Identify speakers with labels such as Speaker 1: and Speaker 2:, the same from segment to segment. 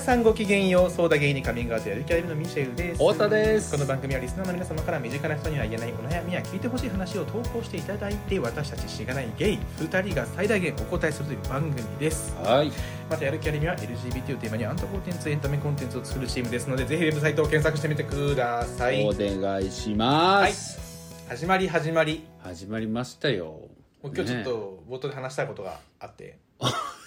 Speaker 1: さんごきげんようソーダゲイにカミングアウトやる気ありのミシェルです
Speaker 2: 太田です
Speaker 1: この番組はリスナーの皆様から身近な人には言えないお悩みや聞いてほしい話を投稿していただいて私たちしがないゲイ2人が最大限お答えするという番組です
Speaker 2: はい
Speaker 1: またやる気ありみは LGBT をテーマにアントコンテンツエンタメコンテンツを作るチームですのでぜひウェブサイトを検索してみてください
Speaker 2: お願いします、
Speaker 1: 始まり始まり
Speaker 2: 始まりましたよ
Speaker 1: もう今日ちょっ
Speaker 2: ね
Speaker 1: と冒頭で話したいことがあって、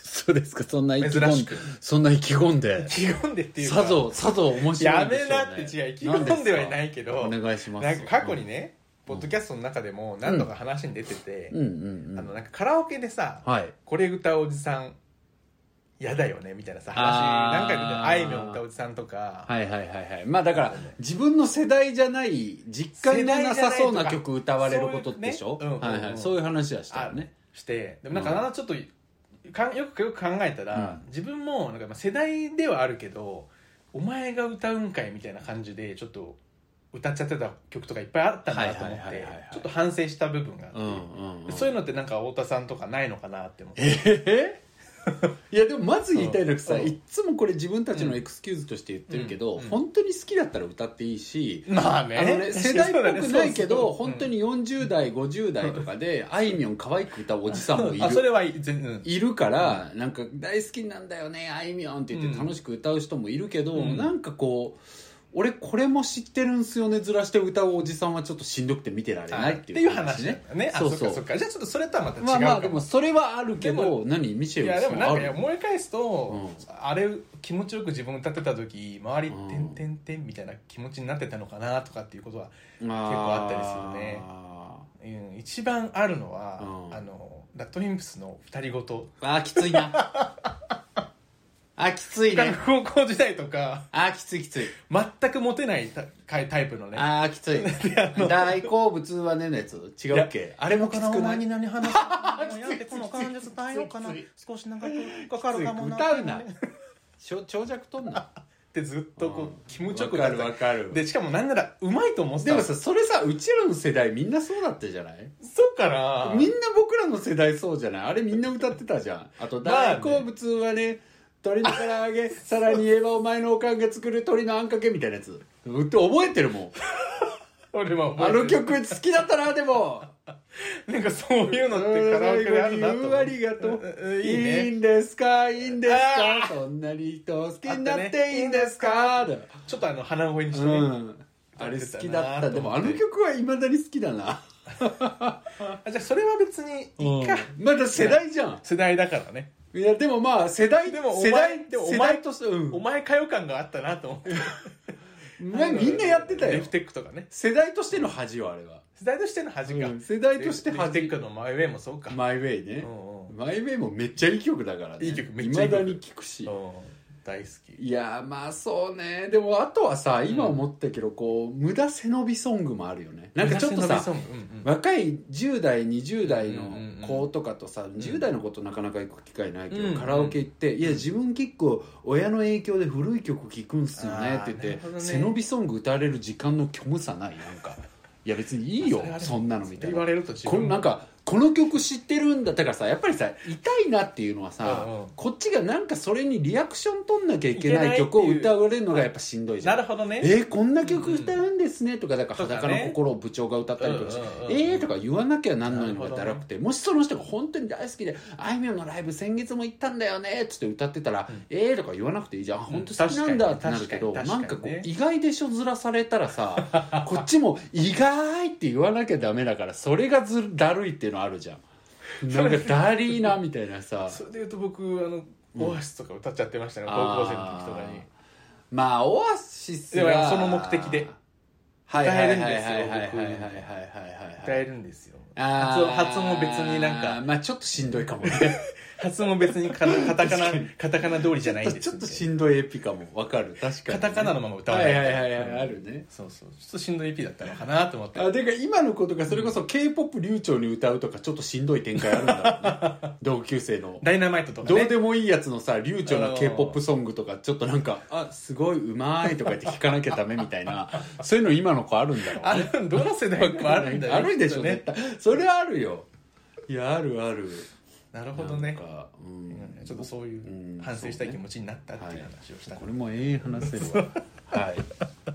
Speaker 2: そうですかそんな意気
Speaker 1: 珍
Speaker 2: 込
Speaker 1: し
Speaker 2: ん
Speaker 1: く
Speaker 2: でそんな意気込んで
Speaker 1: 意気込んでっていうか
Speaker 2: さぞさぞ面白い
Speaker 1: や
Speaker 2: んでしょ
Speaker 1: め
Speaker 2: う、ね、
Speaker 1: なって違う意気込んではいないけど
Speaker 2: 何ですかお願いします
Speaker 1: なんか過去にね、ポッドキャストの中でも何度か話に出てて、
Speaker 2: うんうんうん
Speaker 1: あのなんかカラオケでさ、
Speaker 2: はい
Speaker 1: これ歌うおじさん嫌だよねみたいなさ
Speaker 2: あー
Speaker 1: 話何回かあいみょん歌うおじさんとか、
Speaker 2: はいはいはいはいまあだから自分の世代じゃない実感がなさそうな曲歌われることでしょ
Speaker 1: そういうね
Speaker 2: はい
Speaker 1: うんうん
Speaker 2: は
Speaker 1: うん
Speaker 2: いそういう話はしたよね
Speaker 1: してでもなんかあのちょっとかんよくよく考えたら、
Speaker 2: うん
Speaker 1: 自分もなんかまあ世代ではあるけどお前が歌うんかいみたいな感じでちょっと歌っちゃってた曲とかいっぱいあったなと思
Speaker 2: は
Speaker 1: っ
Speaker 2: いはい
Speaker 1: て
Speaker 2: はいはいはい
Speaker 1: ちょっと反省した部分があって、
Speaker 2: うんうんうん
Speaker 1: そういうのってなんか太田さんとかないのかなって思って。
Speaker 2: えー いやでもまず言いたいのがさ、
Speaker 1: うん
Speaker 2: いっつもこれ自分たちのエクスキューズとして言ってるけど、
Speaker 1: うんうん
Speaker 2: 本当に好きだったら歌っていいし、
Speaker 1: まあ
Speaker 2: あの ね、世代っぽくないけど、本当
Speaker 1: に
Speaker 2: に40代50代とかで、あいみょん可愛く歌うおじさんもい
Speaker 1: あそ
Speaker 2: る
Speaker 1: れはいい全然うん
Speaker 2: いるから、なんか大好きなんだよねあいみょんって言って
Speaker 1: うん
Speaker 2: 楽しく歌う人もいるけど、
Speaker 1: うん
Speaker 2: なんかこう俺これも知ってるんすよねずらして歌うおじさんはちょっとしんどくて見てられないっていう
Speaker 1: 話ねねあ
Speaker 2: そ
Speaker 1: そうっか
Speaker 2: そう
Speaker 1: そっかじゃあちょっとそれとはまた違うか
Speaker 2: まあ
Speaker 1: も,、
Speaker 2: まあでもそれはあるけ
Speaker 1: で
Speaker 2: ど何ミシェ
Speaker 1: い
Speaker 2: ル
Speaker 1: やでも
Speaker 2: さん
Speaker 1: な
Speaker 2: あ
Speaker 1: ん
Speaker 2: る
Speaker 1: か思い返すと、
Speaker 2: う
Speaker 1: あれ気持ちよく自分歌ってた時周り
Speaker 2: う
Speaker 1: 「
Speaker 2: ん
Speaker 1: てんてんてん」みたいな気持ちになってたのかなとかっていうことは、
Speaker 2: 結構
Speaker 1: あったりするねうん、一番あるのは、
Speaker 2: うん
Speaker 1: あのダットリンプスの二人ごと
Speaker 2: あーきついなあきついね
Speaker 1: 高校時代とか
Speaker 2: あーきついきつい
Speaker 1: 全くモテないタタイプのね
Speaker 2: あーきつ い大好物はねのやつ違うっけあれもきつくない
Speaker 1: 何話す のやってこの感じ伝えようかな
Speaker 2: きついき
Speaker 1: 少し長くかかるかもな
Speaker 2: 歌うなしょ長尺とんな
Speaker 1: ってずっとこう気持ちよく
Speaker 2: わ
Speaker 1: な
Speaker 2: か
Speaker 1: る
Speaker 2: るわかる
Speaker 1: でしかもなんならうまいと思って
Speaker 2: で
Speaker 1: た
Speaker 2: もさそれさうちらの世代みんなそうだったじゃない
Speaker 1: そうかな
Speaker 2: みんな僕らの世代そうじゃないあれみんな歌ってたじゃんあと
Speaker 1: まあね
Speaker 2: 大好物はね鶏の唐揚 げさらに言えばお前のおかんが作る鶏のあんかけみたいなやつうって覚えてるもん
Speaker 1: 俺も
Speaker 2: あの曲好きだったなでも
Speaker 1: なんかそういうのってカラオケであるなと
Speaker 2: う
Speaker 1: 思
Speaker 2: ん
Speaker 1: う
Speaker 2: ありがと
Speaker 1: うん
Speaker 2: う
Speaker 1: いいね
Speaker 2: いんですかいいんです
Speaker 1: あ
Speaker 2: かそんなに人を好きになっていいんですかだ
Speaker 1: ちょっとあの鼻声にして
Speaker 2: う
Speaker 1: ね、
Speaker 2: んあれ好きだったでもあの曲はいまだに好きだな
Speaker 1: あじゃあそれは別にいいか、
Speaker 2: まだ世代じゃん
Speaker 1: 世代だからね
Speaker 2: いやでもまあ世代
Speaker 1: でもお
Speaker 2: 世
Speaker 1: 前
Speaker 2: 代
Speaker 1: でもお前
Speaker 2: 世代としてう
Speaker 1: お
Speaker 2: ん
Speaker 1: 前かよ感があったなと思って
Speaker 2: お前 みんなやってた
Speaker 1: レ
Speaker 2: よ
Speaker 1: フテックとかね
Speaker 2: 世代としての恥よあれは
Speaker 1: 世代としての恥か、
Speaker 2: うん世代として恥
Speaker 1: レフテックのマイウェイもそうか、
Speaker 2: マイウェイね
Speaker 1: うんうん
Speaker 2: マイウェイもめっちゃいい曲だからね
Speaker 1: いい曲めっちゃいい曲
Speaker 2: まだに聴くし
Speaker 1: うん大好き
Speaker 2: いやーまあそうねでもあとはさ今思ったけどこう無駄背伸びソングもあるよねなんかちょっと
Speaker 1: 村瀬
Speaker 2: さ
Speaker 1: 伸びソングうんうん
Speaker 2: 若い10代20代
Speaker 1: うんうんうん
Speaker 2: の子とかとさ、10代の子となかなか行く機会ないけど、
Speaker 1: うん
Speaker 2: カラオケ行って「いや自分結構親の影響で古い曲聴くんすよね」って言っ
Speaker 1: あーな
Speaker 2: て
Speaker 1: る、ほどね
Speaker 2: 背伸びソング歌われる時間の虚無さないなんかいや別にいいよ
Speaker 1: それはでも
Speaker 2: そんなのみたい
Speaker 1: 言わ
Speaker 2: な
Speaker 1: れると自
Speaker 2: この
Speaker 1: 分
Speaker 2: なんかこの曲知ってるんだだからさやっぱりさ痛いなっていうのはさ、
Speaker 1: うんうん
Speaker 2: こっちがなんかそれにリアクション取んなきゃいけない
Speaker 1: いけないっていう
Speaker 2: 曲を歌われるのがやっぱしんどいじゃん
Speaker 1: なるほどね
Speaker 2: えーこんな曲歌うんですねとかだから
Speaker 1: とかね
Speaker 2: 裸の心を部長が歌ったりとかして、
Speaker 1: うんうんうん
Speaker 2: えーとか言わなきゃなんないのがだらくて、もしその人が本当に大好きであいみょんのライブ先月も行ったんだよねっつって歌ってたら、えーとか言わなくていいじゃんあ本当好きなんだってなるけど、
Speaker 1: 確か
Speaker 2: な
Speaker 1: に
Speaker 2: ん
Speaker 1: 確か
Speaker 2: か
Speaker 1: に
Speaker 2: こう
Speaker 1: ね
Speaker 2: 意外でしょずらされたら さこっちも意外って言わなきゃダメだからそれがずるだるいっていうのあるじゃん。なんかだりーなみたいなさ
Speaker 1: それで言うと僕あのオアシスとか歌っちゃってましたね、高校生の時とかに
Speaker 2: あーまあオアシス
Speaker 1: で
Speaker 2: は
Speaker 1: もその目的で
Speaker 2: はいはいはいはいはいはい
Speaker 1: 歌えるんですよ
Speaker 2: はいはい
Speaker 1: 歌
Speaker 2: はい
Speaker 1: えるんですよ
Speaker 2: あー
Speaker 1: 発音発音も別になんか
Speaker 2: まあちょっとしんどいかもね
Speaker 1: 発音も別に カタカタカナ
Speaker 2: 確かに
Speaker 1: カタカナ通りじゃないんで
Speaker 2: ち
Speaker 1: す
Speaker 2: ょっと
Speaker 1: みたいな
Speaker 2: しんどいエピかもわかる確かにね
Speaker 1: カタカナのまま歌わな
Speaker 2: はいいはいはいはいあるね
Speaker 1: そうそうちょっとしんどい EP だったのかなと思って
Speaker 2: あでか今の子とかそれこそ k p o p 流暢に歌うとかちょっとしんどい展開あるんだ ろうね同級生の
Speaker 1: ダイナマイトとか
Speaker 2: どう
Speaker 1: ね
Speaker 2: でもいいやつのさ流暢
Speaker 1: あ
Speaker 2: な
Speaker 1: の
Speaker 2: k
Speaker 1: ー
Speaker 2: p o p ソングとかちょっとなんか「あすごいうまい」とか言って聴かなきゃダメみたい なそういうの今の子あるんだろうね
Speaker 1: あ るどの世代もあるんだよ
Speaker 2: あるでしょ
Speaker 1: きっと
Speaker 2: 絶対それはあるよいやあるある
Speaker 1: なるほどね
Speaker 2: なんか、うん、
Speaker 1: ちょっとそういう
Speaker 2: うん
Speaker 1: 反省したい気持
Speaker 2: ち
Speaker 1: ちになったっていう話をした、
Speaker 2: これも永遠話せる わはい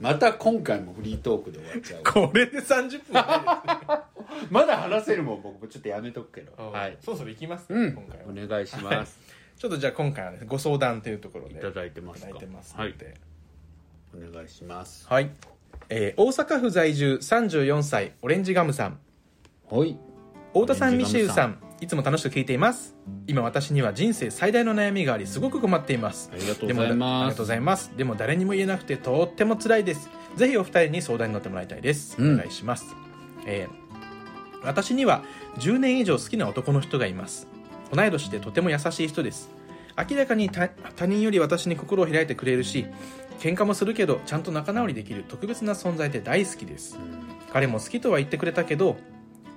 Speaker 2: また今回もフリートークで終わっちゃう わ
Speaker 1: これで30分はないで
Speaker 2: まだ話せるもん僕もちょっとやめとくけど
Speaker 1: すね
Speaker 2: はい
Speaker 1: そろそろ行きますか、
Speaker 2: うん
Speaker 1: 今回は
Speaker 2: お願いします
Speaker 1: ちょっとじゃあ今回は、ね、ご相談というところで
Speaker 2: いただいてますか
Speaker 1: いただいてますの
Speaker 2: はい
Speaker 1: で、
Speaker 2: お願いします
Speaker 1: はい、えー大阪府在住34歳オレンジガムさん
Speaker 2: はい
Speaker 1: 太田さん
Speaker 2: オレン
Speaker 1: ミ
Speaker 2: ジ
Speaker 1: シ
Speaker 2: ガ
Speaker 1: ェ
Speaker 2: ムさ
Speaker 1: ウ
Speaker 2: ん
Speaker 1: さんいつも楽しく聞いています今私には人生最大の悩みがありすごく困っています
Speaker 2: ありがとう
Speaker 1: で
Speaker 2: ござ
Speaker 1: もあ
Speaker 2: い
Speaker 1: りが
Speaker 2: ま
Speaker 1: とうご
Speaker 2: す
Speaker 1: ざいますでも誰にも言えなくてとっても辛いですぜひお二人に相談に乗ってもらいたいです、
Speaker 2: うん
Speaker 1: お願いします、えー私には10年以上好きな男の人がいます同い年でとても優しい人です明らかに他他人より私に心を開いてくれるし喧嘩もするけどちゃんと仲直りできる特別な存在で大好きで
Speaker 2: う
Speaker 1: す
Speaker 2: ん
Speaker 1: 彼も好きとは言ってくれたけど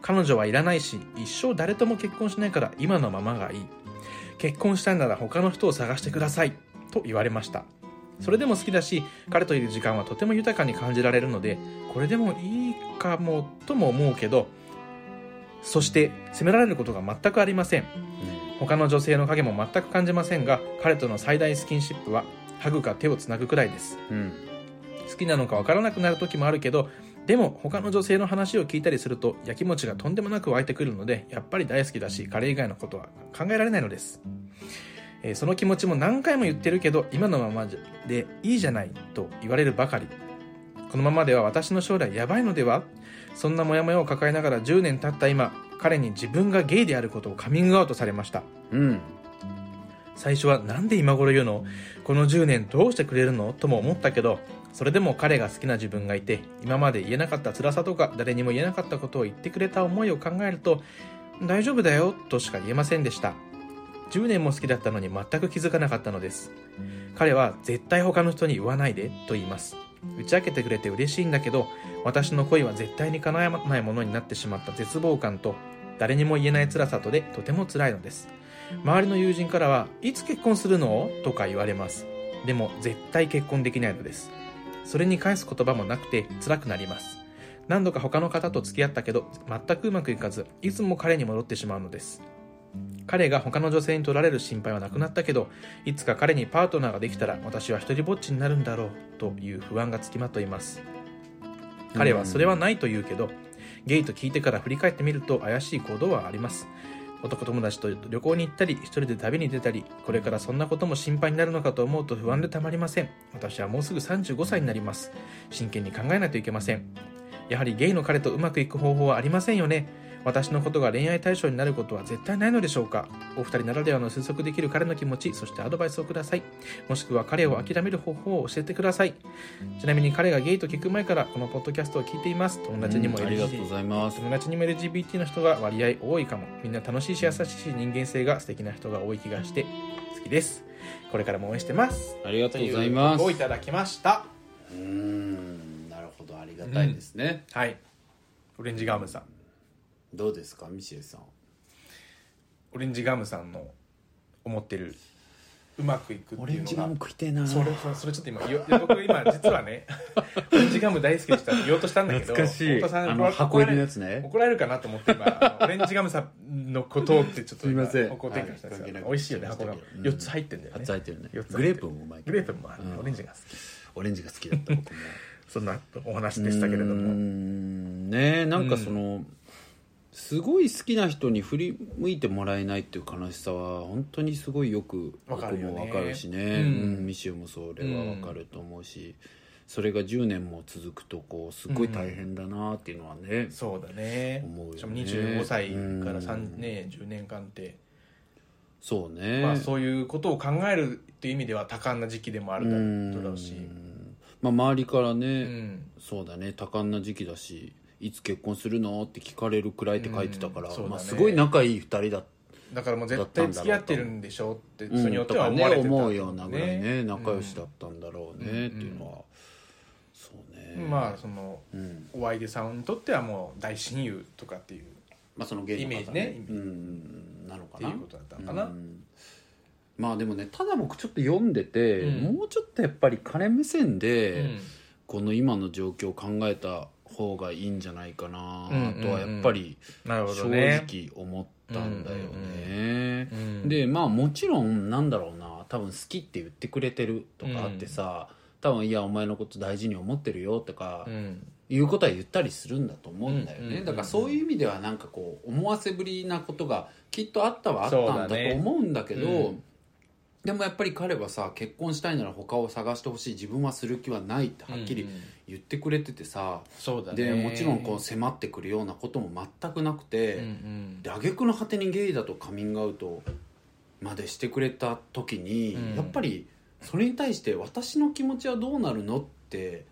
Speaker 1: 彼女はいらないし一生誰とも結婚しないから今のままがいい結婚したいなら他の人を探してくださいと言われましたそれでも好きだし彼といる時間はとても豊かに感じられるのでこれでもいいかもとも思うけどそして責められることが全くありません他の女性の影も全く感じませんが彼との最大スキンシップはハグか手をつなぐくらいです
Speaker 2: うん
Speaker 1: 好きなのかわからなくなる時もあるけどでも他の女性の話を聞いたりするとやきもちがとんでもなく湧いてくるのでやっぱり大好きだし彼以外のことは考えられないのです、えーその気持ちも何回も言ってるけど今のままじゃでいいじゃないと言われるばかりこのままでは私の将来やばいのではそんなモヤモヤを抱えながら10年経った今彼に自分がゲイであることをカミングアウトされました
Speaker 2: うん
Speaker 1: 最初はなんで今頃言うのこの10年どうしてくれるのとも思ったけどそれでも彼が好きな自分がいて今まで言えなかった辛さとか誰にも言えなかったことを言ってくれた思いを考えると大丈夫だよとしか言えませんでした10年も好きだったのに全く気づかなかったのです彼は絶対他の人に言わないでと言います打ち明けてくれて嬉しいんだけど私の恋は絶対に叶わないものになってしまった絶望感と誰にも言えない辛さとでとても辛いのです周りの友人からはいつ結婚するのとか言われますでも絶対結婚できないのですそれに返す言葉もなくて辛くなります何度か他の方と付き合ったけど全くうまくいかずいつも彼に戻ってしまうのです彼が他の女性に取られる心配はなくなったけどいつか彼にパートナーができたら私は一人ぼっちになるんだろうという不安がつきまといます彼はそれはないと言うけどゲイと聞いてから振り返ってみると怪しい行動はあります男友達と旅行に行ったり一人で旅に出たりこれからそんなことも心配になるのかと思うと不安でたまりません私はもうすぐ35歳になります真剣に考えないといけませんやはりゲイの彼とうまくいく方法はありませんよね私のことが恋愛対象になることは絶対ないのでしょうかお二人ならではの推測できる彼の気持ちそしてアドバイスをくださいもしくは彼を諦める方法を教えてくださいちなみに彼がゲイと聞く前からこのポッドキャストを聞いています友達にも
Speaker 2: うんありがとうご
Speaker 1: LGBT
Speaker 2: ざいます
Speaker 1: 友達にも LGBT の人が割合多いかもみんな楽しいし優しい人間性が素敵な人が多い気がして好きですこれからも応援してます
Speaker 2: ありがとうござい
Speaker 1: とう
Speaker 2: ま
Speaker 1: ことをい
Speaker 2: す
Speaker 1: ただきました
Speaker 2: うーんなるほどありがたいですね、
Speaker 1: はいオレンジガムさん
Speaker 2: どうですかミシェルさん
Speaker 1: オレンジガムさんの思ってるうまくいくっていうのが
Speaker 2: 食いてえな
Speaker 1: それそれちょっと今言おいや僕今実はね オレンジガム大好きでしたって言おうとしたんだけど
Speaker 2: 懐かしい
Speaker 1: 太田さん
Speaker 2: あの
Speaker 1: 怒られ
Speaker 2: 箱入りのやつね
Speaker 1: 怒られるかなと思って今あのオレンジガムさんのことをってちょっと今
Speaker 2: すいません
Speaker 1: 方向転換したんですけど、
Speaker 2: はい
Speaker 1: 美味しいよね箱が
Speaker 2: 関係なく
Speaker 1: 4つ入ってんだよね
Speaker 2: 初入ってるね
Speaker 1: 四つ入ってる
Speaker 2: グレープもうまいけ
Speaker 1: グ
Speaker 2: ど
Speaker 1: レープもある、
Speaker 2: うん
Speaker 1: オレンジが好き
Speaker 2: オレンジが好きだった僕も
Speaker 1: そんなお話でしたけれど
Speaker 2: うー
Speaker 1: も
Speaker 2: んねえなんかその、すごい好きな人に振り向いてもらえないっていう悲しさは本当にすごいよく
Speaker 1: わか
Speaker 2: 僕
Speaker 1: るよね
Speaker 2: もわかるしね
Speaker 1: うん
Speaker 2: うんミシェルもそれはわかると思うし、それが10年も続くとこうすごい大変だなっていうのはね、
Speaker 1: そうだね
Speaker 2: 思うよね
Speaker 1: しかも25歳から
Speaker 2: う
Speaker 1: 3
Speaker 2: ん
Speaker 1: ね10年間って、
Speaker 2: そうね、
Speaker 1: まあ、そういうことを考えるっていう意味では多感な時期でもあるだろうし
Speaker 2: うんまあ、周りからね、
Speaker 1: うん
Speaker 2: そうだね多感な時期だしいつ結婚するのって聞かれるくらいって書いてたから、
Speaker 1: うんそうだね
Speaker 2: まあ、すごい仲いい2人だっ
Speaker 1: だからもう絶対付き合ってるんでしょって
Speaker 2: うん
Speaker 1: 人によって
Speaker 2: と
Speaker 1: は
Speaker 2: か
Speaker 1: 思
Speaker 2: ね
Speaker 1: われてた
Speaker 2: 思うようなぐらいね
Speaker 1: うん
Speaker 2: 仲良しだったんだろうね、っていうのはそうね
Speaker 1: まあその
Speaker 2: うん
Speaker 1: お相手さんにとってはもう大親友とかっていう
Speaker 2: まあその芸
Speaker 1: イメージね
Speaker 2: うんうんなの
Speaker 1: っ
Speaker 2: か
Speaker 1: て
Speaker 2: な
Speaker 1: いうことだったのかな、
Speaker 2: うんまあでもねただ僕ちょっと読んでて、
Speaker 1: うん
Speaker 2: もうちょっとやっぱり彼目線で、
Speaker 1: うん
Speaker 2: この今の状況を考えた方がいいんじゃないかな
Speaker 1: うんうんうん
Speaker 2: とはやっぱり
Speaker 1: なるほ
Speaker 2: 正
Speaker 1: どね。
Speaker 2: 直思ったんだよね
Speaker 1: う。ん
Speaker 2: でまあもちろんなんだろうな多分好きって言ってくれてるとかあってさ、多分いやお前のこと大事に思ってるよとか
Speaker 1: うん
Speaker 2: いうことは言ったりするんだと思うんだよ
Speaker 1: うんうんうん
Speaker 2: ね
Speaker 1: うん
Speaker 2: だからそういう意味ではなんかこう思わせぶりなことがきっとあったはあったんだ
Speaker 1: そうだね
Speaker 2: と思うんだけど
Speaker 1: うん
Speaker 2: でもやっぱり彼はさ結婚したいなら他を探してほしい自分はする気はないってはっき
Speaker 1: うん
Speaker 2: り
Speaker 1: うん
Speaker 2: 言ってくれててさ、
Speaker 1: そうだ
Speaker 2: で
Speaker 1: ね。
Speaker 2: もちろんこう迫ってくるようなことも全くなくて。
Speaker 1: うんうん
Speaker 2: で挙句の果てにゲイだとカミングアウトまでしてくれた時に、
Speaker 1: うん
Speaker 2: やっぱりそれに対して私の気持ちはどうなるのって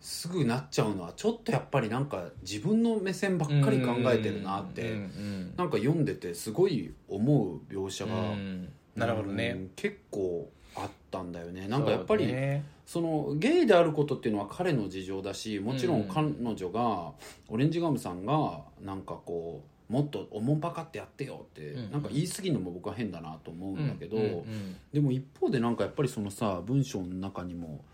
Speaker 2: すぐなっちゃうのはちょっとやっぱりなんか自分の目線ばっかり考えてるなって、
Speaker 1: うんうん
Speaker 2: なんか読んでてすごい思う描
Speaker 1: う
Speaker 2: 写
Speaker 1: ん
Speaker 2: が、
Speaker 1: うんなるほど
Speaker 2: う
Speaker 1: ね。
Speaker 2: ん結構あったんだよねなんかやっぱり
Speaker 1: そうだね
Speaker 2: そのゲイであることっていうのは彼の事情だしもちろん彼女が、オレンジガムさんがなんかこうもっとおもんぱかってやってよって、
Speaker 1: うん
Speaker 2: なんか言い過ぎるのも僕は変だなと思うんだけど、
Speaker 1: うんうん
Speaker 2: でも一方でなんかやっぱりそのさ文章の中にも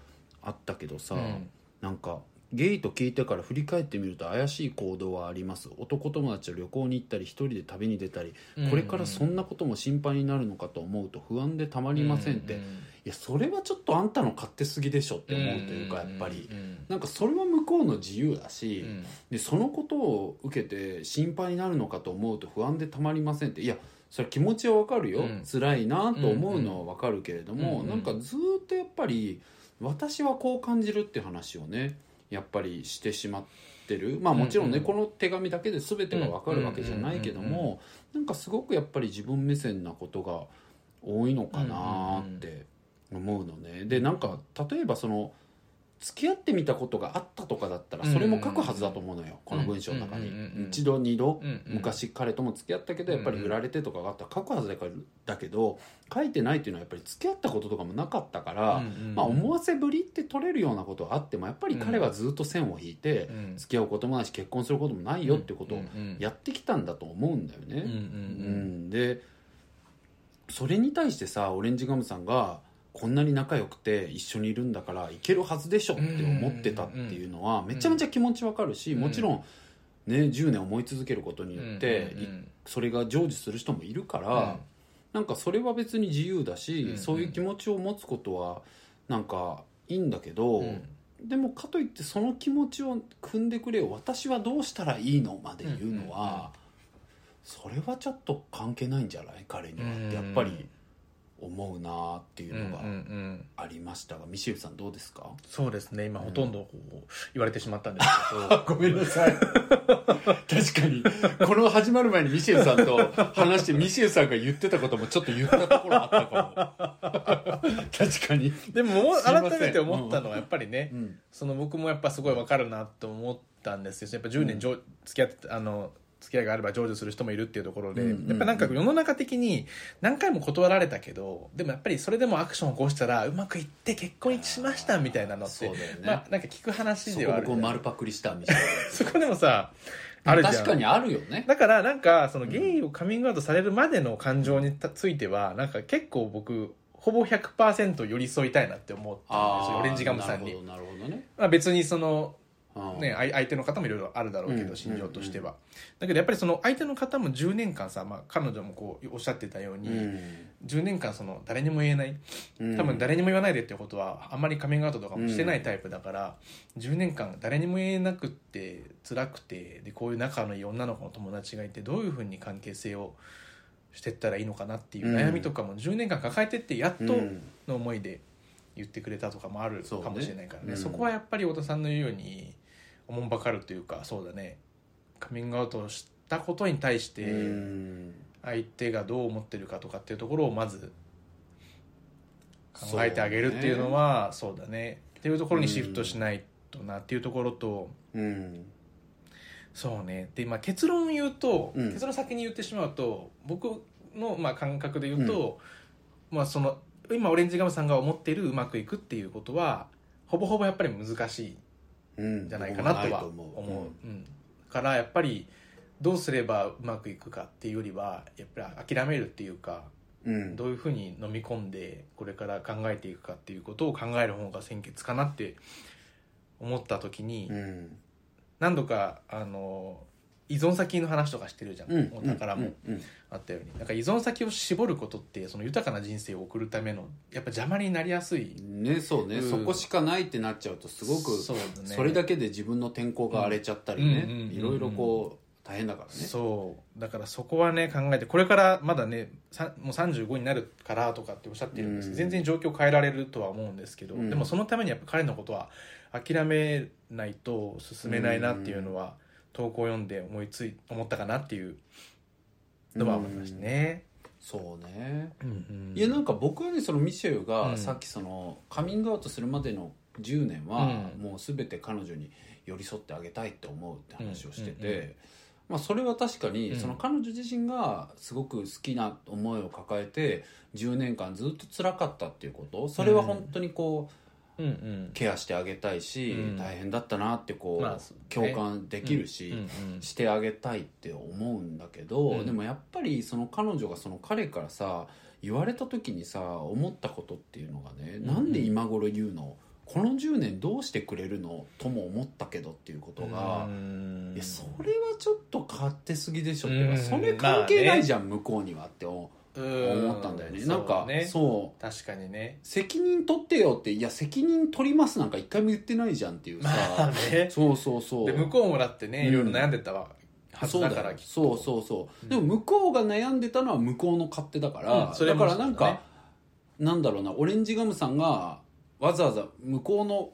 Speaker 2: あったけどさ、
Speaker 1: うん
Speaker 2: なんかゲイと聞いてから振り返ってみると怪しい行動はあります男友達と旅行に行ったり一人で旅に出たり、
Speaker 1: うん
Speaker 2: これからそんなことも心配になるのかと思うと不安でたまりませんって、
Speaker 1: うう
Speaker 2: いやそれはちょっとあんたの勝手すぎでしょって思うというかやっぱり
Speaker 1: うんうん
Speaker 2: なんかそれは向こうの自由だ
Speaker 1: う
Speaker 2: し、
Speaker 1: ん
Speaker 2: でそのことを受けて心配になるのかと思うと不安でたまりませんっていやそれ気持ちはわかるよ、
Speaker 1: うん
Speaker 2: 辛いなと思うのはわかるけれども、
Speaker 1: うんうん
Speaker 2: なんかずーっとやっぱり私はこう感じるって話をねやっぱりしてしまってるまあもちろんね、
Speaker 1: うんうん
Speaker 2: この手紙だけで全てがわかるわけじゃないけど
Speaker 1: うんうんうん
Speaker 2: も、なんかすごくやっぱり自分目線なことが多いのかなーって思うのね。でなんか例えばその付き合ってみたことがあったとかだったらそれも書くはずだと思うのよ、この文章の中に、
Speaker 1: うんうんうんうん
Speaker 2: 一度二度、
Speaker 1: うんうん
Speaker 2: 昔彼とも付き合ったけどやっぱり売られてとかがあったら書くはずだからだけど書いてないっていうのはやっぱり付き合ったこととかもなかったから、
Speaker 1: うんうん
Speaker 2: まあ、思わせぶりって取れるようなことはあってもやっぱり彼はずっと線を引いて
Speaker 1: うん
Speaker 2: 付き合うこともないし結婚することもないよってことをやってきたんだと思うんだよね。
Speaker 1: うんうん
Speaker 2: う
Speaker 1: うん
Speaker 2: ん、でそれに対してさオレンジガムさんがこんなに仲良くて一緒にいるんだからいけるはずでしょって思ってたっていうのはめちゃめちゃ気持ちわかるし
Speaker 1: うん
Speaker 2: もちろん、ね、10年思い続けることによって
Speaker 1: うんうんうん
Speaker 2: それが成就する人もいるから、
Speaker 1: うん
Speaker 2: なんかそれは別に自由だし、
Speaker 1: うんうん
Speaker 2: そういう気持ちを持つことはなんかいいんだけど、
Speaker 1: うん
Speaker 2: でもかといってその気持ちを汲んでくれよ私はどうしたらいいのまで言うのは、
Speaker 1: うんうんうん
Speaker 2: それはちょっと関係ないんじゃない彼には
Speaker 1: うん
Speaker 2: ってやっぱり思うなーっていうのが
Speaker 1: うんうんうん
Speaker 2: ありましたがミシェルさんどうですか
Speaker 1: そうですね今ほとんどこう言われてしまったんですけ ど
Speaker 2: ごめんなさい確かにこの始まる前にミシェルさんと話してミシェルさんが言ってたこともちょっと言ったところあったかも確かに、
Speaker 1: でももう
Speaker 2: すいません
Speaker 1: 改めて思ったのはやっぱりね、
Speaker 2: うん
Speaker 1: その僕もやっぱすごいわかるなと思ったんですよやっぱ10年じょ、付き合ってあの付き合いがあれば成就する人もいるっていうところで、
Speaker 2: うんうんうん
Speaker 1: やっぱなんか世の中的に何回も断られたけどでもやっぱりそれでもアクションを起こしたらうまくいって結婚しましたみたいなのって、
Speaker 2: そうだよね、
Speaker 1: まあなんか聞く話
Speaker 2: そ
Speaker 1: で
Speaker 2: こ
Speaker 1: はある
Speaker 2: 僕を
Speaker 1: じゃない
Speaker 2: 丸パクリしたみたい
Speaker 1: そこでもさあ
Speaker 2: な
Speaker 1: るじゃん
Speaker 2: 確かにあるよね
Speaker 1: だからなんかそのゲイをカミングアウトされるまでの感情にたついてはなんか結構僕ほぼ100%寄り添いたいなって思ったんです
Speaker 2: あ
Speaker 1: よ
Speaker 2: ー
Speaker 1: オレンジガムさんに、
Speaker 2: なるほどなるほどね
Speaker 1: まあ、別にその
Speaker 2: うん
Speaker 1: ね、相相手の方もいろいろあるだろうけど、
Speaker 2: うん
Speaker 1: 心情としては、だけどやっぱりその相手の方も10年間さ、まあ、彼女もこうおっしゃってたように、10年間その誰にも言えない
Speaker 2: うん
Speaker 1: 多分誰にも言わないでっていうことはあんまりカミングアウトとかもしてないタイプだから、10年間誰にも言えなくって辛くてでこういう仲のいい女の子の友達がいてどういうふうに関係性をしてったらいいのかなっていう悩みとかも10年間抱えてってやっと
Speaker 2: うん
Speaker 1: の思いで言ってくれたとかもある
Speaker 2: そうね
Speaker 1: かもしれないからねそ
Speaker 2: うん
Speaker 1: こはやっぱり太田さんの言うようにおもんばかるというかそうだねカミングアウトしたことに対し
Speaker 2: う
Speaker 1: て、
Speaker 2: ん
Speaker 1: 相手がどう思ってるかとかっていうところをまず考えてあげるっていうのはそう,、だねっていうところにシフトしないとなっていうところと、
Speaker 2: うん
Speaker 1: そうねで、まあ、結論を言うと、
Speaker 2: うん
Speaker 1: 結論先に言ってしまうと僕のまあ感覚で言うと、まあその今オレンジガムさんが思っているうまくいくっていうことはほぼほぼやっぱり難しい
Speaker 2: うん
Speaker 1: んじゃないかなとは
Speaker 2: 僕
Speaker 1: 思
Speaker 2: も
Speaker 1: う。うんだからやっぱりどうすればうまくいくかっていうよりはやっぱり諦めるっていうか
Speaker 2: ううん
Speaker 1: どういうふうに飲み込んでこれから考えていくかっていうことを考える方が先決かなって思った時に、
Speaker 2: うん
Speaker 1: 何度かあの依存先の話とかしてるじゃん、
Speaker 2: うん
Speaker 1: お宝も、
Speaker 2: うんうん
Speaker 1: あったようになんか依存先を絞ることってその豊かな人生を送るためのやっぱ邪魔になりやすい
Speaker 2: ねそうね、
Speaker 1: うん
Speaker 2: そこしかないってなっちゃうとすごく
Speaker 1: そうだね
Speaker 2: それだけで自分の天候が荒れちゃったりね、
Speaker 1: うんうんうんうん
Speaker 2: いろいろこう大変だからね
Speaker 1: そうだからそこはね考えてこれからまだねさもう35になるからとかっておっしゃってるんですけど、
Speaker 2: うん
Speaker 1: 全然状況変えられるとは思うんですけど、
Speaker 2: うん
Speaker 1: でもそのためにやっぱ彼のことは諦めないと進めないなっていうのは、投稿を読んで思いつい思ったかなっていうのは思いましたね。
Speaker 2: そうね、
Speaker 1: うんうん
Speaker 2: いやなんか僕はねそのミシェル
Speaker 1: う
Speaker 2: が
Speaker 1: ん
Speaker 2: さっきそのカミングアウトするまでの10年は
Speaker 1: うん
Speaker 2: もう全て彼女に寄り添ってあげたいって思うって話をしてて、
Speaker 1: うんうんう
Speaker 2: まあ、それは確か
Speaker 1: う
Speaker 2: に
Speaker 1: ん
Speaker 2: その彼女自身がすごく好きな思いを抱えて10年間ずっと辛かったっていうことそれは本当にこう、
Speaker 1: うんうん
Speaker 2: ケアしてあげたいし、
Speaker 1: うん
Speaker 2: 大変だったなってこう、
Speaker 1: まあそうね
Speaker 2: 共感できるし、
Speaker 1: うんうん
Speaker 2: してあげたいって思うんだけど、
Speaker 1: うん
Speaker 2: でもやっぱりその彼女がその彼からさ言われた時にさ思ったことっていうのがね、
Speaker 1: うん
Speaker 2: なんで今頃言うのこの10年どうしてくれるのとも思ったけどっていうことが
Speaker 1: う、ん
Speaker 2: いやそれはちょっと勝手すぎでしょって、
Speaker 1: うん
Speaker 2: それ関係ないじゃん、向こうにはって思
Speaker 1: うん
Speaker 2: 思ったんだよね。なんか
Speaker 1: そうね
Speaker 2: そう
Speaker 1: 確かにね
Speaker 2: 責任取ってよっていや責任取りますなんか一回も言ってないじゃんっていうさ、
Speaker 1: まあね
Speaker 2: そうそうそう
Speaker 1: で向こうもだってね
Speaker 2: うん
Speaker 1: いろいろ悩んでたわはず
Speaker 2: そう
Speaker 1: だ
Speaker 2: だ
Speaker 1: か
Speaker 2: からら
Speaker 1: きっと
Speaker 2: そうそうそう、
Speaker 1: うん
Speaker 2: でも向こうが悩んでたのは向こうの勝手だから、
Speaker 1: うんそれ
Speaker 2: だか
Speaker 1: も
Speaker 2: らなん
Speaker 1: そうだ
Speaker 2: か
Speaker 1: ね、
Speaker 2: なんだろうなオレンジガムさんがわざわざ向こうの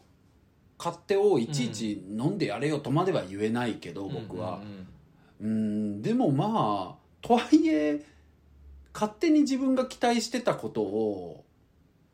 Speaker 2: 勝手をいちいち飲んでやれよとまでは言えないけど、僕は
Speaker 1: うんうんうん
Speaker 2: うんでもまあとはいえ勝手に自分が期待してたことを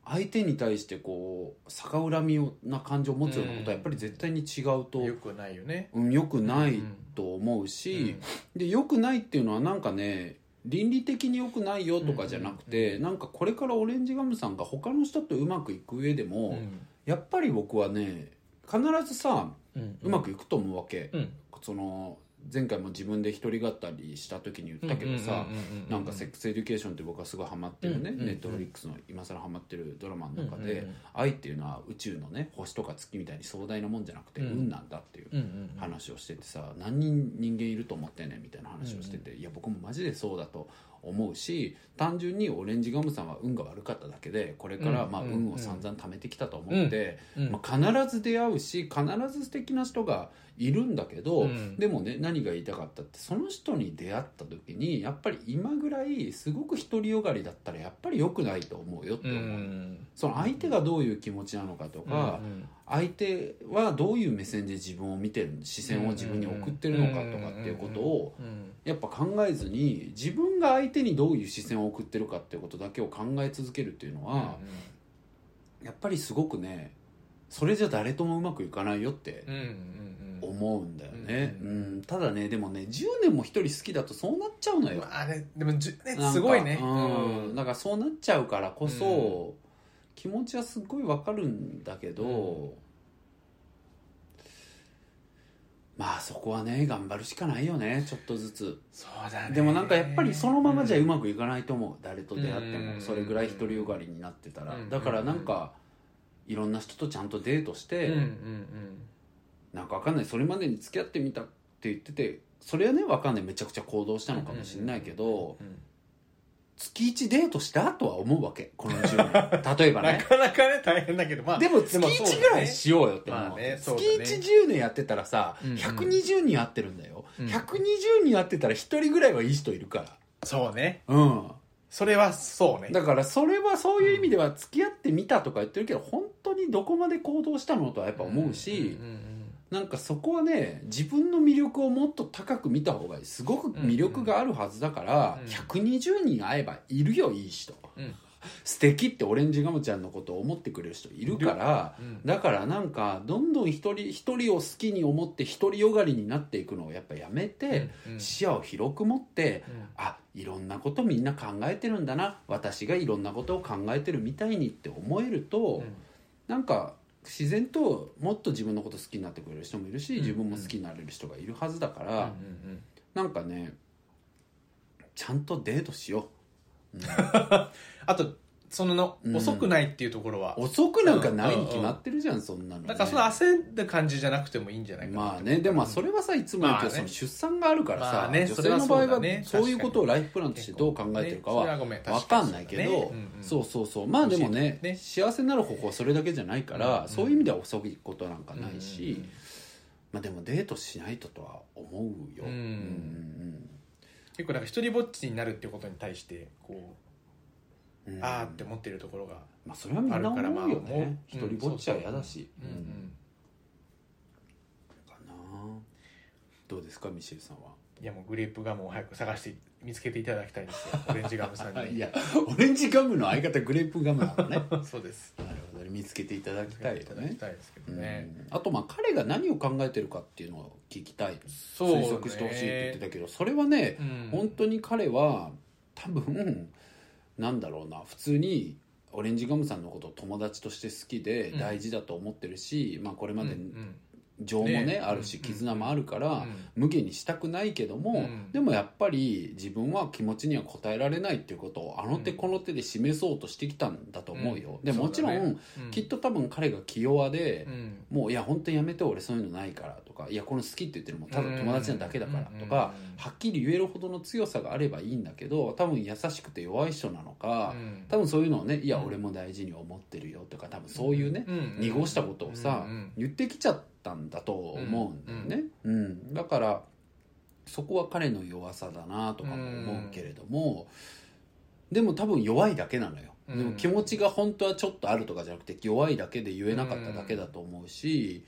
Speaker 2: 相手に対してこう逆恨みな感情を持つようなことはやっぱり絶対に違うと、
Speaker 1: よくないよね
Speaker 2: うん、良くな
Speaker 1: う
Speaker 2: い
Speaker 1: ん
Speaker 2: と思うし、
Speaker 1: うん
Speaker 2: で良くないっていうのはなんかね倫理的に良くないよとかじゃなくて、
Speaker 1: うんうん
Speaker 2: なんかこれからオレンジガムさんが他の人とうまくいく上でも、
Speaker 1: うん
Speaker 2: やっぱり僕はね必ずさ
Speaker 1: うん
Speaker 2: うまくいくと思うわけ、
Speaker 1: うん
Speaker 2: その前回も自分で一人語りした時に言ったけどさ、
Speaker 1: うんうんうう
Speaker 2: なんかセックスエデュケーションって僕はすごいハマってるね、
Speaker 1: うんうんうん
Speaker 2: ネットフリックスの今更ハマってるドラマの中で、
Speaker 1: うんうんうん
Speaker 2: 愛っていうのは宇宙のね星とか月みたいに壮大なもんじゃなくて
Speaker 1: うん
Speaker 2: 運なんだっていう
Speaker 1: うんうんうん
Speaker 2: 話をしててさ何人人間いると思ってんねんみたいな話をしてて、いや僕もマジでそうだと思うし単純にオレンジガムさんは運が悪かっただけでこれから
Speaker 1: うん
Speaker 2: まあ
Speaker 1: うん
Speaker 2: 運を散々貯めてきたと思って、
Speaker 1: うん
Speaker 2: まあ、必ず出会うし必ず素敵な人がいるんだけど、
Speaker 1: うん
Speaker 2: でもね何が言いたかったってその人に出会った時にやっぱり今ぐらいすごく独りよがりだったらやっぱり良くないと思うよって
Speaker 1: うん
Speaker 2: 思う。その相手がどういう気持ちなのかとか、
Speaker 1: うん
Speaker 2: 相手はどういう目線で自分を見てる視線を自分に送ってるのかとかっていうことを
Speaker 1: うん
Speaker 2: やっぱ考えずに自分が相手にどういう視線を送ってるかっていうことだけを考え続けるっていうのはやっぱりすごくねそれじゃ誰ともうまくいかないよって
Speaker 1: うんうんうん
Speaker 2: 思うんだよね、
Speaker 1: う
Speaker 2: うんんただねでもね10年も一人好きだとそうなっちゃうの
Speaker 1: う
Speaker 2: よ
Speaker 1: んあれでもじゅね
Speaker 2: なんか
Speaker 1: すごいね
Speaker 2: うん
Speaker 1: うん
Speaker 2: だからそうなっちゃうからこそ、気持ちはすごいわかるんだけど、
Speaker 1: うん
Speaker 2: まあそこはね頑張るしかないよねちょっとずつ
Speaker 1: そうだね
Speaker 2: でもなんかやっぱりそのままじゃう
Speaker 1: う
Speaker 2: まくいかないと思う、誰と出会って
Speaker 1: うん
Speaker 2: もそれぐらい独りよがりになってたら、
Speaker 1: うん
Speaker 2: だからなんかいろんな人とちゃんとデートして、
Speaker 1: んうんうん
Speaker 2: なんかわかんないそれまでに付き合ってみたって言っててそれはねわかんないめちゃくちゃ行動したのかもしれないけど、
Speaker 1: うん
Speaker 2: 月1デートしたとは思うわけこの10年 例えば
Speaker 1: な
Speaker 2: ね
Speaker 1: かなかね大変だけどまあ
Speaker 2: でも月
Speaker 1: そうだ
Speaker 2: 1
Speaker 1: ね
Speaker 2: ぐらいしようよって思う、
Speaker 1: まあねそうだ
Speaker 2: 月
Speaker 1: ね
Speaker 2: 110年やってたらさ
Speaker 1: うんうん
Speaker 2: 120人会ってるんだよ、
Speaker 1: うん
Speaker 2: 120人会ってたら1人ぐらいはいい人いるか
Speaker 1: そうね
Speaker 2: らうん
Speaker 1: それはそうね
Speaker 2: だからそれはそういう意味では付き合ってみたとか言ってるけど本当にどこまで行動したのとはやっぱ思うし、
Speaker 1: んんん
Speaker 2: なんかそこはね自分の魅力をもっと高く見た方がいいすごく魅力があるはずだから、
Speaker 1: うん
Speaker 2: 120人会えばいるよいい人、
Speaker 1: うん
Speaker 2: 素敵ってオレンジガムちゃんのことを思ってくれる人いるから
Speaker 1: うんうん
Speaker 2: だからなんかどんどん一人一人を好きに思って独りよがりになっていくのをやっぱやめて、
Speaker 1: うんうん
Speaker 2: 視野を広く持って
Speaker 1: うん
Speaker 2: あいろんなことみんな考えてるんだな私がいろんなことを考えてるみたいにって思えると、
Speaker 1: うん
Speaker 2: なんか自然ともっと自分のこと好きになってくれる人もいるし
Speaker 1: うん
Speaker 2: 自分も好きになれる人がいるはずだから、
Speaker 1: うんうん
Speaker 2: なんかねちゃんとデートしよ
Speaker 1: あとその
Speaker 2: うん
Speaker 1: 遅くないっていうところは、
Speaker 2: 遅くなんかないに決まってるじゃんそんなのね
Speaker 1: だからその焦る感じじゃなくてもいいんじゃないかな、
Speaker 2: まあねでもまあそれはさいつも言うけど
Speaker 1: まあ
Speaker 2: そ
Speaker 1: ね
Speaker 2: の出産があるから
Speaker 1: まあ
Speaker 2: さ
Speaker 1: ね
Speaker 2: 女性
Speaker 1: それは
Speaker 2: の場合
Speaker 1: そうだ
Speaker 2: は
Speaker 1: ね
Speaker 2: そういうことをライフプランとしてどう考えてるか
Speaker 1: それ
Speaker 2: は
Speaker 1: ごめん
Speaker 2: 分かんないけどそうそうそうまあでもね
Speaker 1: ね
Speaker 2: 幸せになる方法はそれだけじゃないから
Speaker 1: うん
Speaker 2: そういう意味では遅いことなんか
Speaker 1: 確かに
Speaker 2: な
Speaker 1: ね
Speaker 2: いしまあでもデートしないととは思うよ
Speaker 1: うん
Speaker 2: うん
Speaker 1: 結構なんか一人ぼっちになるってことに対して
Speaker 2: う
Speaker 1: こ
Speaker 2: んう
Speaker 1: うんああって思ってるところが
Speaker 2: まあそれはみんな
Speaker 1: あるから
Speaker 2: 思うよ
Speaker 1: まあ思う
Speaker 2: ね一人ぼっちは嫌だし
Speaker 1: うんうん
Speaker 2: かなどうですかミシェルさんはい
Speaker 1: やもうグレープガムを早く探して見つけていただきたいです よオレンジガムさんに
Speaker 2: いや オレンジガムの相方グレープガムなのね
Speaker 1: そうです
Speaker 2: なるほどね見つけていただきたい
Speaker 1: い
Speaker 2: と
Speaker 1: ただき
Speaker 2: ね
Speaker 1: たいですけどね、
Speaker 2: うんあとまあ彼が何を考えてるかっていうのを聞きたい、
Speaker 1: そうね
Speaker 2: 推測してほしいって言ってたけどそれはね、
Speaker 1: うん
Speaker 2: 本当に彼は多分なんだろうな普通にオレンジガムさんのことを友達として好きで
Speaker 1: うん
Speaker 2: 大事だと思ってるし、まあ、これま
Speaker 1: うんう
Speaker 2: で
Speaker 1: ん
Speaker 2: 情もね,、
Speaker 1: ね
Speaker 2: あるし
Speaker 1: うん
Speaker 2: 絆もあるから、
Speaker 1: うん
Speaker 2: 無下にしたくないけども、
Speaker 1: うん
Speaker 2: でもやっぱり自分は気持ちには応えられないっていうことをあの手この手で示そうとしてきたんだと思うよ、
Speaker 1: うん
Speaker 2: でもちろん、
Speaker 1: そうだねうん
Speaker 2: きっと多分彼が気弱で
Speaker 1: う、ん
Speaker 2: もういや本当にやめて俺そういうのないからとかいやこの好きって言ってるのもただ友達なだけだからとか、
Speaker 1: うん
Speaker 2: はっきり言えるほどの強さがあればいいんだけど多分優しくて弱い人なのか、
Speaker 1: うん
Speaker 2: 多分そういうのをねいや
Speaker 1: うん
Speaker 2: 俺も大事に思ってるよとか多分そういうね、
Speaker 1: うん
Speaker 2: 濁したことをさ、
Speaker 1: うんうん
Speaker 2: 言ってきちゃったんだと思うんだよね、うんだからそこは彼の弱さだなとかも思うけれども、でも多分弱いだけなのよ、
Speaker 1: うん
Speaker 2: でも気持ちが本当はちょっとあるとかじゃなくて弱いだけで言えなかっただけだと思うし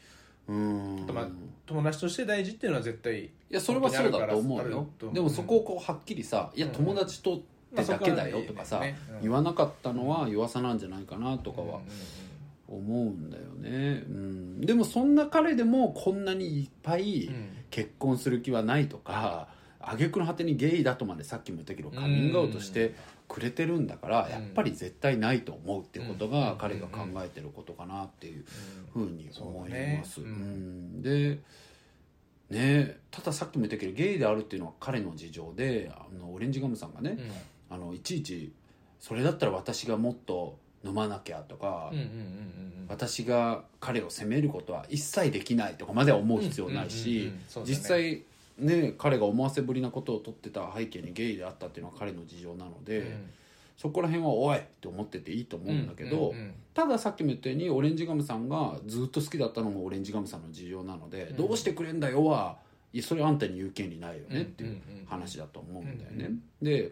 Speaker 2: うん
Speaker 1: あとまあ友達として大事っていうのは絶対
Speaker 2: いやそれはそうだと思
Speaker 1: あ
Speaker 2: う
Speaker 1: る
Speaker 2: よ
Speaker 1: と思う
Speaker 2: でもそこをこうはっきりさ「いや
Speaker 1: うん
Speaker 2: 友達とってだけだよ」とかさ言わなかったのは弱さなんじゃないかなと
Speaker 1: と
Speaker 2: かは思うんだよね、うん、でもそんな彼でもこんなにいっぱい結婚する気はないとか挙句の果てにゲイだとまでさっきも言ったけどカミングアウトしてくれてるんだから
Speaker 1: うん
Speaker 2: やっぱり絶対ないと思うっていうことが
Speaker 1: うん
Speaker 2: 彼が考えてることかなっていうふうに思います。
Speaker 1: そううだねうん
Speaker 2: んでね、たださっきも言ったけどゲイであるっていうのは彼の事情であのオレンジガムさんがね、あのいちいちそれだったら私がもっと飲まなきゃとか、私が彼を責めることは一切できないとかまでは思う必要ない
Speaker 1: うん
Speaker 2: し
Speaker 1: うんうんうんそうだね
Speaker 2: 実際ね彼が思わせぶりなことをとってた背景にゲイであったっていうのは彼の事情なので、そこら辺は「おい!」って思ってていいと思うんだけど、たださっきも言ったようにオレンジガムさんがずっと好きだったのもオレンジガムさんの事情なので「
Speaker 1: うん
Speaker 2: どうしてくれんだよは」いやそれあんたに言う権利ないよねっていう話
Speaker 1: だ
Speaker 2: だと思うんだよね。で、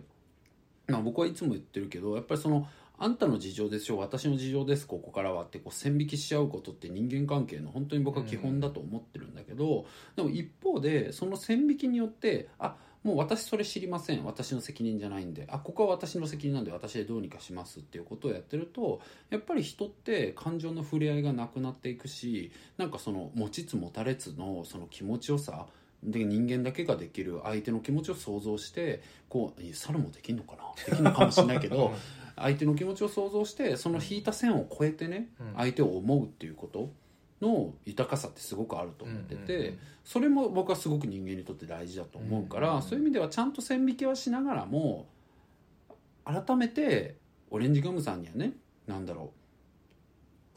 Speaker 2: まあ、僕はいつも言ってるけどやっぱりそのあんたの事情ですよ私の事情ですここからはってこう線引きし合うことって人間関係の本当に僕は基本だと思ってるんだけど、でも一方でその線引きによってあもう私それ知りません私の責任じゃないんであここは私の責任なんで私でどうにかしますっていうことをやってるとやっぱり人って感情の触れ合いがなくなっていくしなんかその持ちつ持たれつのその気持ちよさで人間だけができる相手の気持ちを想像してこうえ猿もできるのかなできるのかもしれないけ ど相手の気持ちを想像してその引いた線を越えてね
Speaker 1: うん
Speaker 2: 相手を思うっていうことの豊かさってすごくあると思っててそれも僕はすごく人間にとって大事だと思うか
Speaker 1: うんうんう
Speaker 2: ら
Speaker 1: ん
Speaker 2: そういう意味ではちゃんと線引きはしながらも改めてオレンジガムさんにはねなんだろ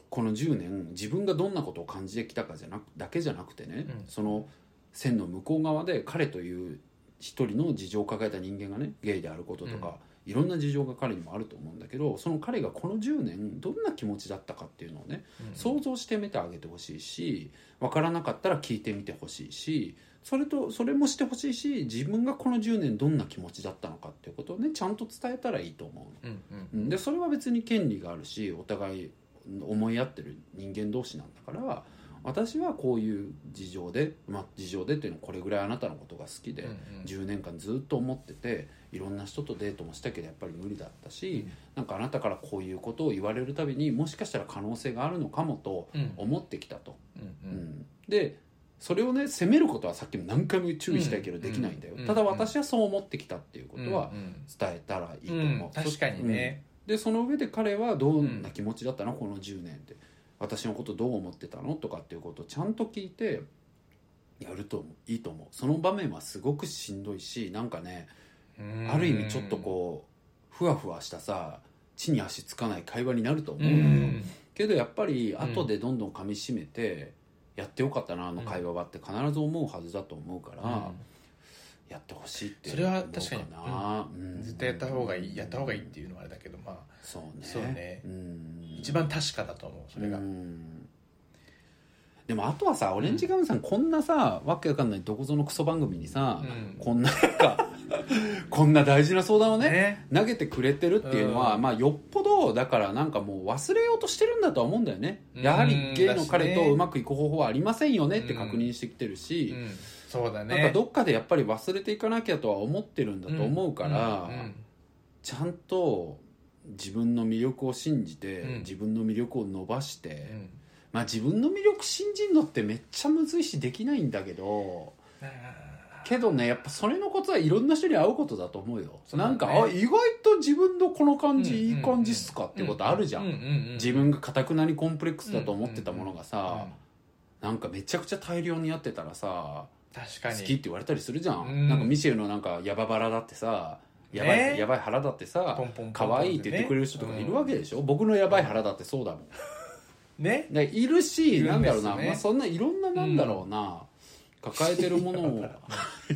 Speaker 2: うこの10年自分がどんなことを感じてきたかじゃなくだけじゃなくてね、
Speaker 1: うん
Speaker 2: その線の向こう側で彼という一人の事情を抱えた人間がねゲイであることとか、いろんな事情が彼にもあると思うんだけどその彼がこの10年どんな気持ちだったかっていうのをね想像してみてあげてほしいし分からなかったら聞いてみてほしいしそれとそれもしてほしいし自分がこの10年どんな気持ちだったのかっていうことをねちゃんと伝えたらいいと思うのうんでそれは別に権利があるしお互い思い合ってる人間同士なんだから私はこういう事情で、まあ、事情でっていうのはこれぐらいあなたのことが好きで、10年間ずっと思ってていろんな人とデートもしたけどやっぱり無理だったし、
Speaker 1: うん
Speaker 2: なんかあなたからこういうことを言われるたびにもしかしたら可能性があるのかもと思ってきたと、うんでそれをね責めることはさっきも何回も注意したいけど
Speaker 1: うん
Speaker 2: できないんだよ、
Speaker 1: うん
Speaker 2: ただ私はそう思ってきたっていうことは伝えたらいいと思う、
Speaker 1: 確かにね
Speaker 2: でその上で彼はどんな気持ちだったの、この10年って私のことどう思ってたのとかっていうことをちゃんと聞いてやるといいと思うその場面はすごくしんどいしなんかねある意味ちょっとこうふわふわしたさ地に足つかない会話になると思
Speaker 1: う
Speaker 2: うのよ、
Speaker 1: ん
Speaker 2: けどやっぱり後でどんどん噛みしめて、やってよかったなあの会話はって必ず思うはずだと思うから、やってほしいって
Speaker 1: それは確かに
Speaker 2: 思うな、うん
Speaker 1: 絶対やった方がいいやった方がいいっていうのはあれだけどまあ
Speaker 2: そうね
Speaker 1: そうね
Speaker 2: うん
Speaker 1: 一番確かだと思うそれが、
Speaker 2: うんでもあとはさオレンジガムさん、こんなさわけわかんないどこぞのクソ番組にさ、
Speaker 1: うん
Speaker 2: こんななんかこんな大事な相談をね
Speaker 1: ね
Speaker 2: 投げてくれてるっていうのは、
Speaker 1: うん
Speaker 2: まあよっぽどだからなんかもう忘れようとしてるんだとは思うんだよね、やはりゲイの彼とうまくいく方法はありませんよねって確認してきてるし、
Speaker 1: うん、そうだね
Speaker 2: なんかどっかでやっぱり忘れていかなきゃとは思ってるんだと思うから、
Speaker 1: うんうん
Speaker 2: ちゃんと自分の魅力を信じて、
Speaker 1: うん
Speaker 2: 自分の魅力を伸ばして、
Speaker 1: うん
Speaker 2: まあ自分の魅力信じんのってめっちゃむずいしできないんだけどけどねやっぱそれのことはいろんな人に会うことだと思うよ
Speaker 1: そうだ
Speaker 2: な
Speaker 1: ね
Speaker 2: んかあ意外と自分のこの感
Speaker 1: うん
Speaker 2: じいい感じっすかってことあるじゃ
Speaker 1: うんうんんうんうん
Speaker 2: 自分がかたくなにコンプレックスだと思ってたものがさ
Speaker 1: うん
Speaker 2: なんかめちゃくちゃ大量にやってたらさ
Speaker 1: 確
Speaker 2: 好
Speaker 1: かに
Speaker 2: きって言われたりするじゃ
Speaker 1: うん
Speaker 2: んなんかミシェルのなんかヤババラだってさやば
Speaker 1: ね
Speaker 2: いやばい腹だってさ
Speaker 1: ポンポンポンポン
Speaker 2: 可愛いって言ってくれる人とかいるわけでしょ僕のやばい腹だってそうだもん
Speaker 1: ね
Speaker 2: ね、いるし、
Speaker 1: いる
Speaker 2: なんん
Speaker 1: で
Speaker 2: だ
Speaker 1: すね
Speaker 2: ろうな、まあ、そんないろんななんだろうな、抱えてるも のをい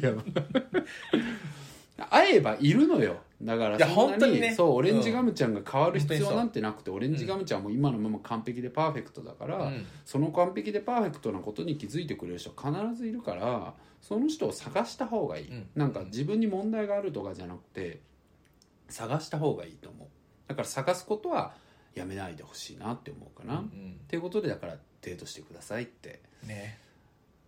Speaker 2: や会えばいるのよだから
Speaker 1: いや
Speaker 2: そんな
Speaker 1: 本当にね
Speaker 2: そうオレン
Speaker 1: う
Speaker 2: ジ
Speaker 1: ん
Speaker 2: ガムちゃんが変わる必
Speaker 1: 本当に
Speaker 2: 要
Speaker 1: そう
Speaker 2: なんてなくて、オレンジガムちゃんも今のまま完璧でパーフェクトだから、
Speaker 1: うん
Speaker 2: その完璧でパーフェクトなことに気づいてくれる人必ずいるからその人を探した方がいい、
Speaker 1: うん
Speaker 2: なんか自分に問題があるとかじゃなくて探した方がいいと思うだから探すことはやめないでほしいなって思うかな、
Speaker 1: うん
Speaker 2: っていうことでだからデートしてくださいって
Speaker 1: ね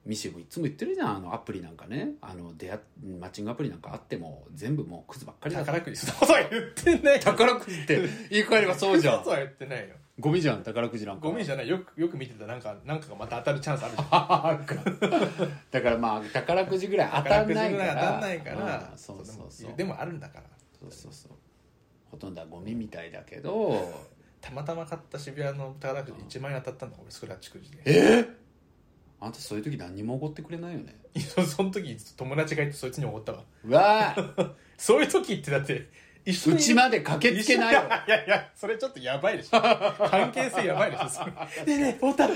Speaker 2: ミシェもいつも言ってるじゃんあのアプリなんかねあの出会マッチングアプリなんかあっても全部もうクズばっかりだ
Speaker 1: 宝くじそんなことは言ってない
Speaker 2: 宝くじって言い換えればそうじゃ ん
Speaker 1: そんなことは言ってないよ
Speaker 2: ゴミじゃん宝くじなんか
Speaker 1: ゴミじゃないよくよく見てたなんかなんかがまた当たるチャンスあるじゃん
Speaker 2: だからまあ宝くじぐらい当たんないから
Speaker 1: 宝くじぐらい当たんないから
Speaker 2: うんそうそうそう
Speaker 1: でもでもあるんだから
Speaker 2: そうそうそうほとんどはゴミみたいだけど
Speaker 1: たまたま買った渋谷の宝くじ1万円当たったんだ俺スクラッチくじで
Speaker 2: あんたそういう時何にも怒ってくれないよね
Speaker 1: いやその時友達がいてそいつに怒ったわ
Speaker 2: うわー
Speaker 1: そういう時ってだって 一緒
Speaker 2: う
Speaker 1: に
Speaker 2: ちまで駆けつけない
Speaker 1: 一
Speaker 2: よ
Speaker 1: 緒にいやいやそれちょっとやばいでしょ関係性やばいでしょそれねえねえ太田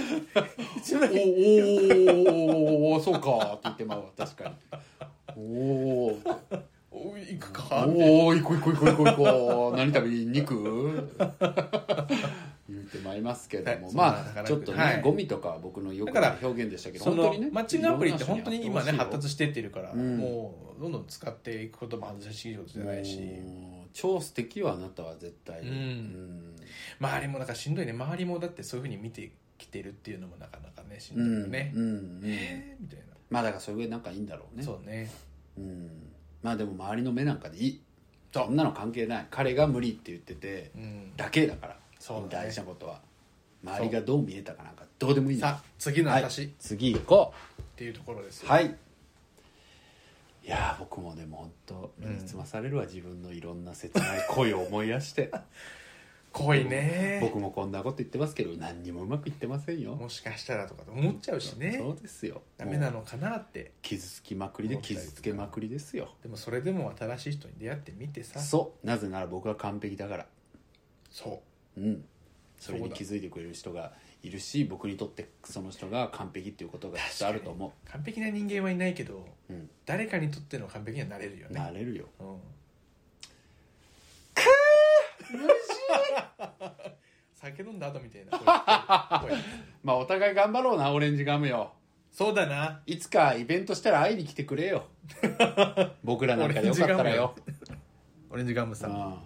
Speaker 1: 一
Speaker 2: おーおーおーおーおー
Speaker 1: 枚
Speaker 2: おーそうかって言ってまうわ確かにおお
Speaker 1: おいくかみたいな
Speaker 2: おお行こう行こう行こう行こう行こう何食べに肉言ってまいりますけれども、
Speaker 1: はい
Speaker 2: ま
Speaker 1: そう
Speaker 2: あ
Speaker 1: だ
Speaker 2: ちょっとね、
Speaker 1: はい
Speaker 2: ゴミとかは僕のよく
Speaker 1: だか
Speaker 2: な
Speaker 1: ら
Speaker 2: い表現でしたけど
Speaker 1: そ
Speaker 2: 本
Speaker 1: の
Speaker 2: 当にね
Speaker 1: マッチングアプリって本当に今ね
Speaker 2: いろん
Speaker 1: 発
Speaker 2: な人
Speaker 1: 達してってるから、
Speaker 2: うん
Speaker 1: もうどんどん使っていくことも外しいことじゃないし、
Speaker 2: もう超素敵よあなたは絶対
Speaker 1: うん周りもなんかしんどいね周りもだってそういうふうに見てきてるっていうのもなかなかねしん
Speaker 2: う
Speaker 1: どい
Speaker 2: ん
Speaker 1: よね、
Speaker 2: うんうん
Speaker 1: えーみたいな、
Speaker 2: まあだからそれぐらいなんかいいんだろうね
Speaker 1: そうね
Speaker 2: うんまあでも周りの目なんかでいい
Speaker 1: そう
Speaker 2: そんなの関係ない彼が無理って言ってて
Speaker 1: うん
Speaker 2: だけだから
Speaker 1: そうだね
Speaker 2: 大事なことは周りがどう見えたかなんかどうでもいいんだ
Speaker 1: さあ次の私、
Speaker 2: は
Speaker 1: っ
Speaker 2: い、次行こ
Speaker 1: ていうところです
Speaker 2: う
Speaker 1: よ
Speaker 2: はいいやー僕もでも本当
Speaker 1: う
Speaker 2: 身
Speaker 1: ん
Speaker 2: につまされるわ、自分のいろんな切ない恋を思い出して
Speaker 1: 濃い ね
Speaker 2: 僕もこんなこと言ってますけど何にもうまくいってませんよ
Speaker 1: もしかしたらとか思っちゃうしね
Speaker 2: そうですよ
Speaker 1: ダメな
Speaker 2: もう
Speaker 1: のかなって
Speaker 2: 傷つきまくりで傷つけまくりですよ
Speaker 1: でもそれでも新しい人に出会ってみてさ
Speaker 2: そうなぜなら僕は完璧だから
Speaker 1: そう
Speaker 2: うん、それ
Speaker 1: そう
Speaker 2: に
Speaker 1: だ
Speaker 2: 気づいてくれる人がいるし僕にとってその人が完璧っていうことがきっとあると思
Speaker 1: 完璧な人間はいないけど
Speaker 2: う、うん、
Speaker 1: 誰かにとっての完璧にはなれるよね
Speaker 2: なれるよ
Speaker 1: うん酒飲んだ後みたいな声声
Speaker 2: まあお互い頑張ろうなオレンジガムよ
Speaker 1: そうだない
Speaker 2: つかイベントしたら会いに来てくれ よ僕らなんかでよかったらよ、
Speaker 1: オレンジガム
Speaker 2: う
Speaker 1: さん
Speaker 2: ん、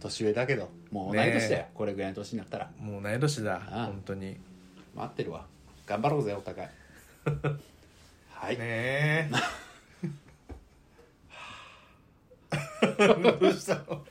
Speaker 2: 年上だけどもう同い年だよ、これぐらいの年になったら
Speaker 1: もう同い年だ
Speaker 2: ああ
Speaker 1: 本当に
Speaker 2: 待ってるわ頑張ろうぜお 互いはい、
Speaker 1: ねえどうしたの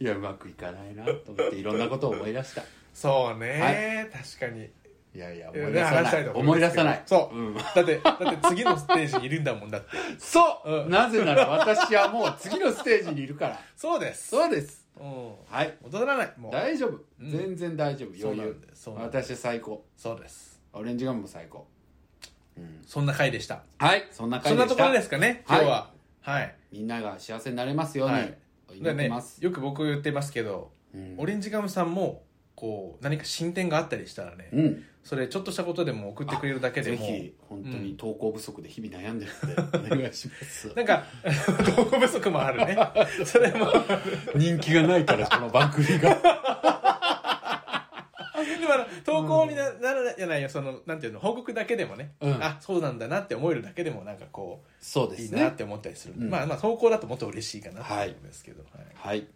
Speaker 2: いやうまくいかないなと思っていろんなことを思い出した
Speaker 1: そうね、確かに
Speaker 2: いやいや思い出さ
Speaker 1: 話した
Speaker 2: ないい
Speaker 1: とこ
Speaker 2: 思
Speaker 1: ろ
Speaker 2: い
Speaker 1: で
Speaker 2: 出
Speaker 1: すけど
Speaker 2: さない
Speaker 1: そう、
Speaker 2: うん
Speaker 1: だってだって次のステージにいるんだもんだって
Speaker 2: そう、
Speaker 1: うん
Speaker 2: なぜなら私はもう次のステージにいるから
Speaker 1: そうです
Speaker 2: そうです
Speaker 1: うん
Speaker 2: はい
Speaker 1: 戻らないもう
Speaker 2: 大丈夫、
Speaker 1: うん
Speaker 2: 全然大丈夫
Speaker 1: そう
Speaker 2: 余
Speaker 1: なん
Speaker 2: 裕
Speaker 1: ですそうなんで
Speaker 2: 私は最高
Speaker 1: そうです
Speaker 2: オレンジガムも最高、うん、
Speaker 1: そんな回でした
Speaker 2: はいそんな感
Speaker 1: そん
Speaker 2: じでし
Speaker 1: なとこ
Speaker 2: た
Speaker 1: ろですかね今
Speaker 2: はい
Speaker 1: 日ははい、
Speaker 2: みんなが幸せになれますように、
Speaker 1: はい
Speaker 2: 祈って
Speaker 1: ね
Speaker 2: ます、
Speaker 1: よく僕言ってますけど
Speaker 2: うん
Speaker 1: オレンジガムさんもこう何か進展があったりしたらね、
Speaker 2: うん
Speaker 1: それちょっとしたことでも送ってくれるだけで
Speaker 2: ぜ
Speaker 1: も
Speaker 2: ひ本当に投稿不足で日々悩んでる んでお願いします
Speaker 1: なんか 道具不足もあ るねそれも
Speaker 2: 人気がないからこの番組が
Speaker 1: でもあの投稿にな,、ならじゃないよそのなんていうの報告だけでもね、
Speaker 2: うん
Speaker 1: あそうなんだなって思えるだけでもなんかこ
Speaker 2: そう
Speaker 1: う
Speaker 2: で
Speaker 1: いい
Speaker 2: す
Speaker 1: な
Speaker 2: ね
Speaker 1: って思ったりする、
Speaker 2: うん
Speaker 1: まあまあ投稿だともっと嬉しいかなと思
Speaker 2: はい
Speaker 1: うんですけど、はい
Speaker 2: はい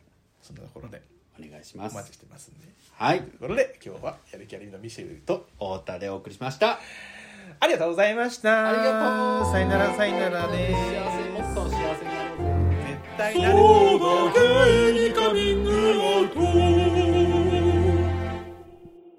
Speaker 1: そんなところで
Speaker 2: お願いしま
Speaker 1: お待
Speaker 2: す
Speaker 1: ちしてますんでと
Speaker 2: はい
Speaker 1: いうことで今日はやる気ありみのミシェルと
Speaker 2: 太田でお送りしました
Speaker 1: ありがとうございました
Speaker 2: ありがとう
Speaker 1: さよならさよならね
Speaker 2: 幸せもっと幸せになろうぜ
Speaker 1: 絶対なる
Speaker 2: そうだけ